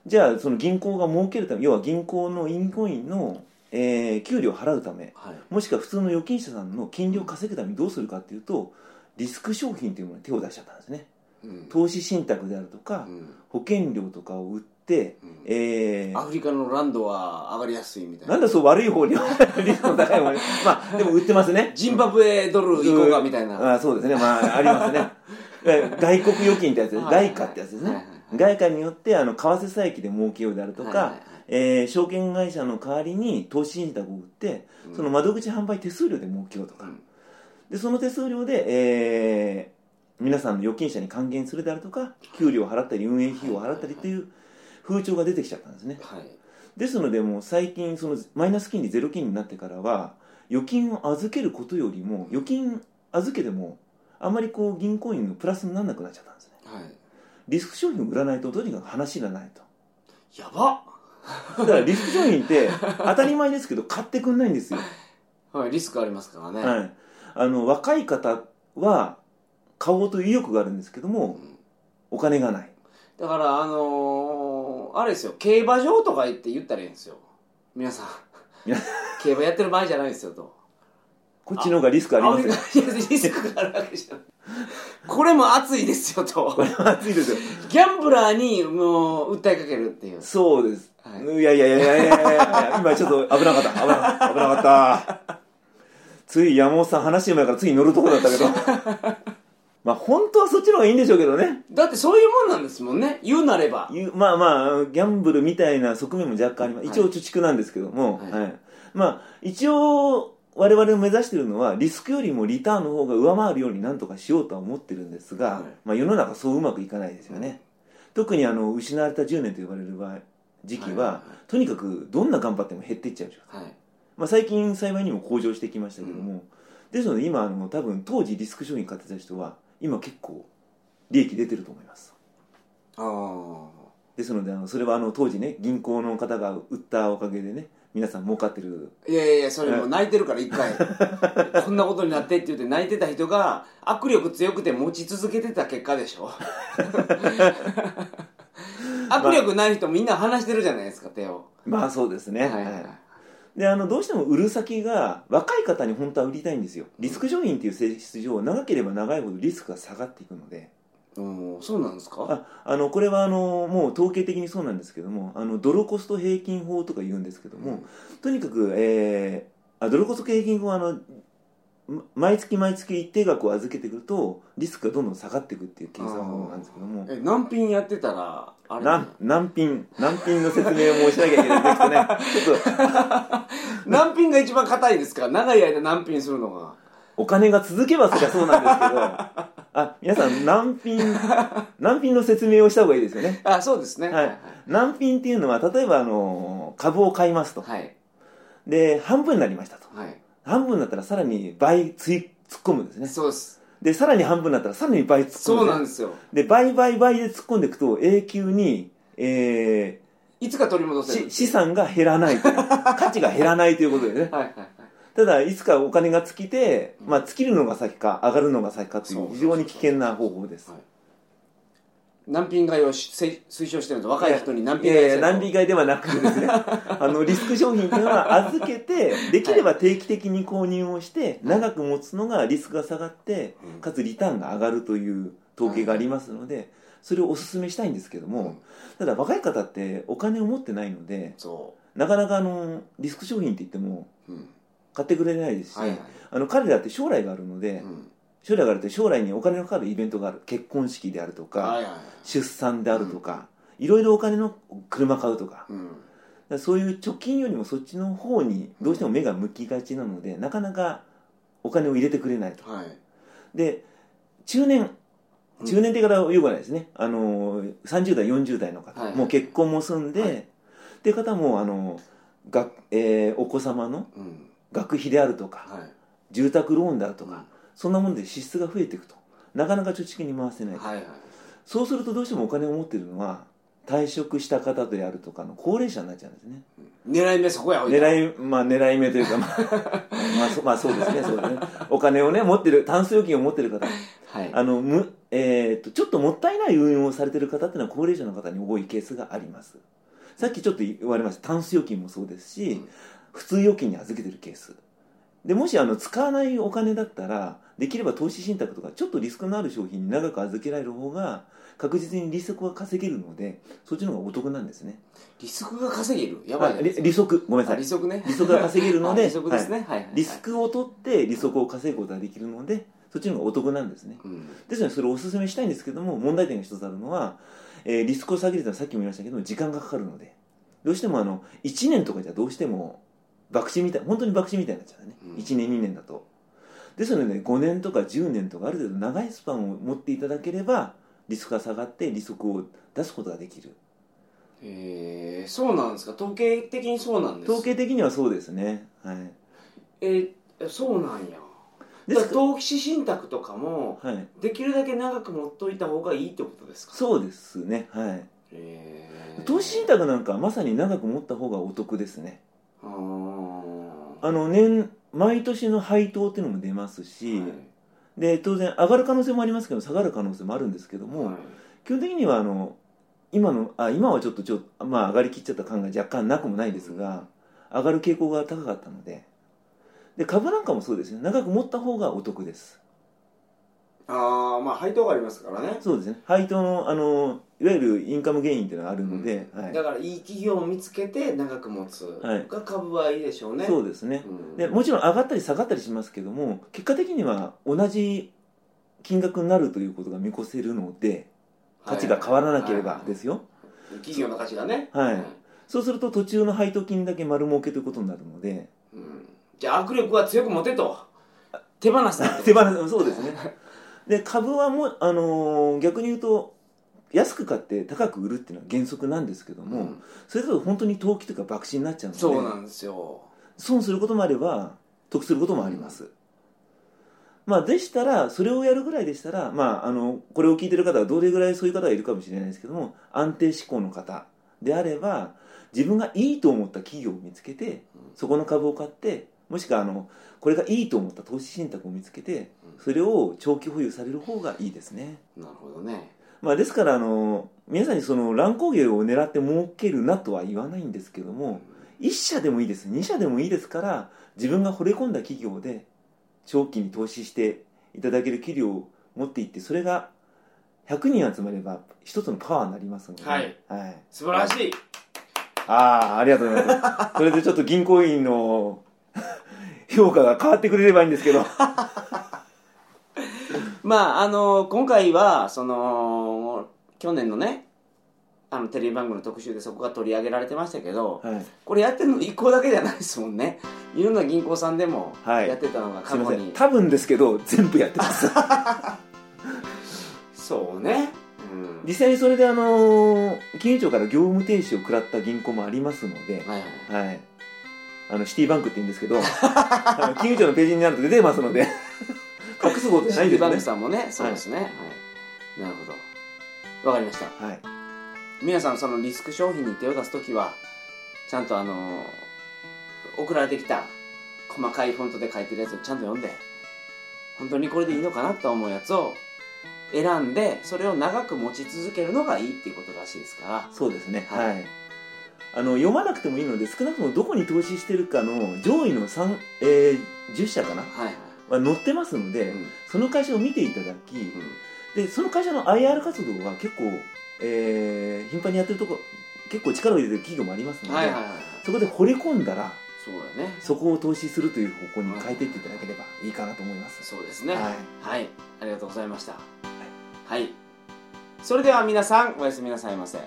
[SPEAKER 2] じゃあその銀行が儲けるため要は銀行の銀行員の、えー給料を払うため
[SPEAKER 1] はい
[SPEAKER 2] もしくは普通の預金者さんの金利を稼ぐためにどうするかっていうとリスク商品というものに手を出しちゃったんですね
[SPEAKER 1] うん
[SPEAKER 2] 投資信託であるとか
[SPEAKER 1] うん
[SPEAKER 2] 保険料とかを売って、
[SPEAKER 1] うん
[SPEAKER 2] えー
[SPEAKER 1] アフリカのランドは上がりやすいみたい
[SPEAKER 2] な
[SPEAKER 1] なん
[SPEAKER 2] だそう悪い方 にリスクの高い方にまあでも売ってますね
[SPEAKER 1] ジンバブエドル行こうかみたいな
[SPEAKER 2] あそうですねまあありま すねえ外国預金ってやつです
[SPEAKER 1] はいはい
[SPEAKER 2] 外貨ってやつです
[SPEAKER 1] はい
[SPEAKER 2] ね
[SPEAKER 1] はい
[SPEAKER 2] 外貨によってあの為替差益で儲けようであるとか、
[SPEAKER 1] はいはいはい
[SPEAKER 2] えー証券会社の代わりに投資信託を売って
[SPEAKER 1] うん
[SPEAKER 2] その窓口販売手数料で儲けようとか、
[SPEAKER 1] うん
[SPEAKER 2] でその手数料で、えー皆さんの預金者に還元するであるとか給料を払ったり運営費用を払ったりという風潮が出てきちゃったんですね
[SPEAKER 1] はい
[SPEAKER 2] ですのでもう最近そのマイナス金利ゼロ金利になってからは預金を預けることよりも預金預けてもあんまりこう銀行員のプラスにならなくなっちゃったんですね
[SPEAKER 1] はい
[SPEAKER 2] リスク商品を売らないととにかく話がないと
[SPEAKER 1] やば
[SPEAKER 2] だからリスク商品って当たり前ですけど買ってくんないんですよ、
[SPEAKER 1] はいリスクありますからね
[SPEAKER 2] はい、あの若い方は買おうという意欲があるんですけども
[SPEAKER 1] うん
[SPEAKER 2] お金がない
[SPEAKER 1] だからあのーあれですよ競馬場とか行って言ったらいいんですよ皆さん
[SPEAKER 2] 皆
[SPEAKER 1] 競馬やってる場合じゃないですよと
[SPEAKER 2] こっちの方がリスクありますよ
[SPEAKER 1] あいやリスクがあるわけじゃないこれも熱いですよと
[SPEAKER 2] 暑いです よ
[SPEAKER 1] ギャンブラーにもう訴えかけるっていう
[SPEAKER 2] そうです、、
[SPEAKER 1] はい
[SPEAKER 2] やいやいやいやいやいや今ちょっと危なかった危なかった危なかったつい山本さん話うまいからつい乗るとこだったけどまあ本当はそっちの方がいいんでしょうけどね
[SPEAKER 1] だってそういうもんなんですもんね言うなれば
[SPEAKER 2] いうまあまあギャンブルみたいな側面も若干ありま
[SPEAKER 1] は
[SPEAKER 2] す、
[SPEAKER 1] い
[SPEAKER 2] 一応貯蓄なんですけども、
[SPEAKER 1] は
[SPEAKER 2] はいいまあ一応我々の目指してるのはリスクよりもリターンの方が上回るようになんとかしようとは思ってるんですが、
[SPEAKER 1] はい
[SPEAKER 2] まあ、世の中そううまくいかないですよね、特にあの失われた10年と呼ばれる場合時期は、とにかくどんな頑張っても減っていっちゃうでしょ
[SPEAKER 1] はい、はい
[SPEAKER 2] まあ、最近幸いにも向上してきましたけども、ですので今あの多分当時リスク商品買ってた人は今結構利益出てると思います
[SPEAKER 1] ああ
[SPEAKER 2] ですのであのそれはあの当時ね銀行の方が売ったおかげでね皆さん儲かってる
[SPEAKER 1] いやいやいやそれもう泣いてるから一 回こんなことになってって言って泣いてた人が握力強くて持ち続けてた結果で しょ握力ない人みんな話してるじゃないですか手を
[SPEAKER 2] まあそうですね、
[SPEAKER 1] はい
[SPEAKER 2] は
[SPEAKER 1] はいいはい
[SPEAKER 2] であのどうしても売る先が若い方に本当は売りたいんですよリスク商品っていう性質上長ければ長いほどリスクが下がっていくので
[SPEAKER 1] うんそうなんですか
[SPEAKER 2] ああのこれはあのもう統計的にそうなんですけどもあのドルコスト平均法とか言うんですけども、とにかく、えー、あドルコスト平均法はあのま毎月毎月一定額を預けてくるとリスクがどんどん下がっていくっていう計算方法なんですけども
[SPEAKER 1] え難品やってたらあれ
[SPEAKER 2] なん難品難品の説明を申しなきゃいけないですね ちょっと
[SPEAKER 1] 難品が一番硬いですから長い間難品するのが
[SPEAKER 2] お金が続けばそりゃそうなんですけどあ皆さん難品難品の説明をした方がいいですよね
[SPEAKER 1] あそうですね
[SPEAKER 2] はい難品っていうのは例えばあの株を買いますと、
[SPEAKER 1] はい
[SPEAKER 2] で半分になりましたと
[SPEAKER 1] はい、
[SPEAKER 2] 半分になったらさらに倍つい突っ込むんですね
[SPEAKER 1] そうです
[SPEAKER 2] でさらに半分になったらさらに倍突っ込むんですね
[SPEAKER 1] そうなんですよ
[SPEAKER 2] で倍倍倍で突っ込んでいくと永久に、え
[SPEAKER 1] いつか取り戻
[SPEAKER 2] ー
[SPEAKER 1] せ
[SPEAKER 2] し
[SPEAKER 1] る
[SPEAKER 2] 資産が減らない という価値が減らないということでね
[SPEAKER 1] はいはいはい
[SPEAKER 2] ただいつかお金が尽きて、
[SPEAKER 1] うん
[SPEAKER 2] まあ、尽きるのが先か上がるのが先かとい
[SPEAKER 1] そうそう
[SPEAKER 2] う
[SPEAKER 1] そう
[SPEAKER 2] 非常に危険な方法です
[SPEAKER 1] はい難品買いをし推推奨してるんです若い人に難
[SPEAKER 2] い
[SPEAKER 1] 品買い
[SPEAKER 2] やいや
[SPEAKER 1] を
[SPEAKER 2] 難品買いではなく てですねあのリスク商品というのは預けてできれば定期的に購入をして長く持つのがリスクが下がって
[SPEAKER 1] うん
[SPEAKER 2] かつリターンが上がるという統計がありますのでそれをお勧めしたいんですけど
[SPEAKER 1] うん
[SPEAKER 2] もただ若い方ってお金を持ってないので
[SPEAKER 1] そ
[SPEAKER 2] なかなかあのリスク商品って言っても
[SPEAKER 1] う、うん、
[SPEAKER 2] 買ってくれないですし、
[SPEAKER 1] はいはい、
[SPEAKER 2] あの彼らって将来があるので、
[SPEAKER 1] うん、
[SPEAKER 2] 将来があると将来にお金のかかるイベントがある結婚式であるとか、
[SPEAKER 1] はいはい
[SPEAKER 2] 出産であるとか、いろいろお金の車買うとか
[SPEAKER 1] うん
[SPEAKER 2] だからそういう貯金よりもそっちの方にどうしても目が向きがちなのでなかなかお金を入れてくれないと
[SPEAKER 1] はい
[SPEAKER 2] で中年
[SPEAKER 1] うん
[SPEAKER 2] 中年って言い方はよくないですね、あのー30代40代の方、
[SPEAKER 1] はい
[SPEAKER 2] もう結婚も済んで、
[SPEAKER 1] はい
[SPEAKER 2] っていう方もあのが、えーお子様の
[SPEAKER 1] うん
[SPEAKER 2] 学費であるとか、
[SPEAKER 1] はい
[SPEAKER 2] 住宅ローンであると
[SPEAKER 1] と
[SPEAKER 2] か、
[SPEAKER 1] か
[SPEAKER 2] そんなもので支出が増えていくとなかなか貯蓄に回せない、
[SPEAKER 1] はいはい
[SPEAKER 2] そうするとどうしてもお金を持ってるのは退職した方であるとかの高齢者になっちゃうんですね
[SPEAKER 1] 狙い目そこやほいで
[SPEAKER 2] 狙いまあ狙い目という かまあまあそまあそうですねそうですねお金をね持ってるタンス預金を持ってる方
[SPEAKER 1] はい
[SPEAKER 2] あのむ、えー、とちょっともったいない運用をされてる方っていうのは高齢者の方に多いケースがありますさっきちょっと言われましたタンス預金もそうですし、
[SPEAKER 1] うん
[SPEAKER 2] 普通預金に預けてるケースでもしあの使わないお金だったらできれば投資信託とかちょっとリスクのある商品に長く預けられる方が確実に利息は稼げるのでそっちの方がお得なんですね
[SPEAKER 1] 利息が稼げるやばい
[SPEAKER 2] あ
[SPEAKER 1] ね
[SPEAKER 2] り利息ごめんな
[SPEAKER 1] あ
[SPEAKER 2] さ
[SPEAKER 1] 利
[SPEAKER 2] い
[SPEAKER 1] 息ね
[SPEAKER 2] 利息が稼げるので
[SPEAKER 1] あ利息ですねはいはいは
[SPEAKER 2] はいいリスクを取って利息を稼ぐことができるのでそっちの方がお得なんですね
[SPEAKER 1] うん
[SPEAKER 2] ですのでそれをお勧めしたいんですけども問題点が一つあるのは、えーリスクを下げるというのはさっきも言いましたけども時間がかかるのでどうしてもあの1年とかじゃどうしても博打みたい本当に博打みたいになっちゃうね、
[SPEAKER 1] うん
[SPEAKER 2] 1年2年だとですので、ね、5年とか10年とかある程度長いスパンを持っていただければリスクが下がって利息を出すことができる
[SPEAKER 1] えー、そうなんですか統計的にそうなんです
[SPEAKER 2] 統計的にはそうですねはい
[SPEAKER 1] えー、そうなんや
[SPEAKER 2] で
[SPEAKER 1] だか
[SPEAKER 2] す
[SPEAKER 1] ら投資信託とかも
[SPEAKER 2] はい、
[SPEAKER 1] できるだけ長く持っといた方がいいってことですか
[SPEAKER 2] そうですねはい
[SPEAKER 1] えー、
[SPEAKER 2] 投資信託なんかはまさに長く持った方がお得ですね
[SPEAKER 1] あー
[SPEAKER 2] あの年毎年の配当っていうのも出ますし、
[SPEAKER 1] はい
[SPEAKER 2] で当然上がる可能性もありますけど下がる可能性もあるんですけども、
[SPEAKER 1] はい
[SPEAKER 2] 基本的にはあの今のあ今はちょっとちょっと、まあ、上がりきっちゃった感が若干なくもないですが、上がる傾向が高かったのでで株なんかもそうですね長く持った方がお得です
[SPEAKER 1] ああまあ配当がありますからね
[SPEAKER 2] そうですね配当のあのいわゆるインカムゲインっていうのがあるので、
[SPEAKER 1] うん
[SPEAKER 2] はい
[SPEAKER 1] だからいい企業を見つけて長く持つ
[SPEAKER 2] はい
[SPEAKER 1] が株はいいでしょうね、
[SPEAKER 2] そうですね
[SPEAKER 1] うん
[SPEAKER 2] でもちろん上がったり下がったりしますけども結果的には同じ金額になるということが見越せるので価値が変わらなければですよ、
[SPEAKER 1] 企業の価値がね
[SPEAKER 2] はいそうすると途中の配当金だけ丸儲けということになるので
[SPEAKER 1] うんうんじゃあ握力は強く持てと手放すな
[SPEAKER 2] 手放すそうですねで株はもう、あのー逆に言うと安く買って高く売るっていうのは原則なんですけども、
[SPEAKER 1] うん
[SPEAKER 2] それぞれ本当に投機というか博打になっちゃうので
[SPEAKER 1] そうなんですよ
[SPEAKER 2] 損することもあれば得することもあります、まあでしたらそれをやるぐらいでしたらまああのこれを聞いてる方はどれぐらいそういう方がいるかもしれないですけども安定志向の方であれば自分がいいと思った企業を見つけて
[SPEAKER 1] うん
[SPEAKER 2] そこの株を買ってもしくはあのこれがいいと思った投資信託を見つけて
[SPEAKER 1] うん
[SPEAKER 2] それを長期保有される方がいいですね、
[SPEAKER 1] なるほどね
[SPEAKER 2] まあ、ですからあの皆さんにその乱高下を狙って儲けるなとは言わないんですけども、1社でもいいです2社でもいいですから自分が惚れ込んだ企業で長期に投資していただける企業を持っていってそれが100人集まれば一つのパワーになりますので、
[SPEAKER 1] はい
[SPEAKER 2] はい、
[SPEAKER 1] 素晴らしい
[SPEAKER 2] ああありがとうございますそれでちょっと銀行員の評価が変わってくれればいいんですけど
[SPEAKER 1] まああの今回はその去年のねあのテレビ番組の特集でそこが取り上げられてましたけど、
[SPEAKER 2] はい
[SPEAKER 1] これやってるの一個だけじゃないですもんねいろんな銀行さんでも
[SPEAKER 2] はい
[SPEAKER 1] やってたのが過
[SPEAKER 2] すいま
[SPEAKER 1] 去
[SPEAKER 2] せ
[SPEAKER 1] に、
[SPEAKER 2] ん多分ですけど全部やってます
[SPEAKER 1] そうね、うん、
[SPEAKER 2] 実際にそれであの金融庁から業務停止を食らった銀行もありますので、
[SPEAKER 1] はいはい
[SPEAKER 2] はい。あの、シティバンクって言うんですけど、 あの金融庁のページになると出てますので、 隠すことじゃな
[SPEAKER 1] シ
[SPEAKER 2] いん
[SPEAKER 1] テ
[SPEAKER 2] で
[SPEAKER 1] ィバンク
[SPEAKER 2] すね。
[SPEAKER 1] さんもねそうですね、はいなるほどわかりました
[SPEAKER 2] はい。
[SPEAKER 1] 皆さんそのリスク商品に手を出す時はちゃんとあのー送られてきた細かいフォントで書いてるやつをちゃんと読んで本当にこれでいいのかなと思うやつを選んでそれを長く持ち続けるのがいいっていうことらしいですから
[SPEAKER 2] そうですね。
[SPEAKER 1] は
[SPEAKER 2] はいい。あの、読まなくてもいいので、少なくともどこに投資してるかの上位の3、えー10社かな
[SPEAKER 1] はいはい、
[SPEAKER 2] は載ってますので、
[SPEAKER 1] うんうん
[SPEAKER 2] その会社を見ていただき、で、その会社の IR 活動は結構、えー頻繁にやってるとこ、結構力を入れてる企業もありますので、
[SPEAKER 1] はいはいはい
[SPEAKER 2] そこで惚れ込んだら、
[SPEAKER 1] そうだね
[SPEAKER 2] そこを投資するという方向に変えていっていただければいいかなと思います。
[SPEAKER 1] そうですね
[SPEAKER 2] は
[SPEAKER 1] はいい、ありがとうございましたはい、それでは皆さんおやすみなさいませ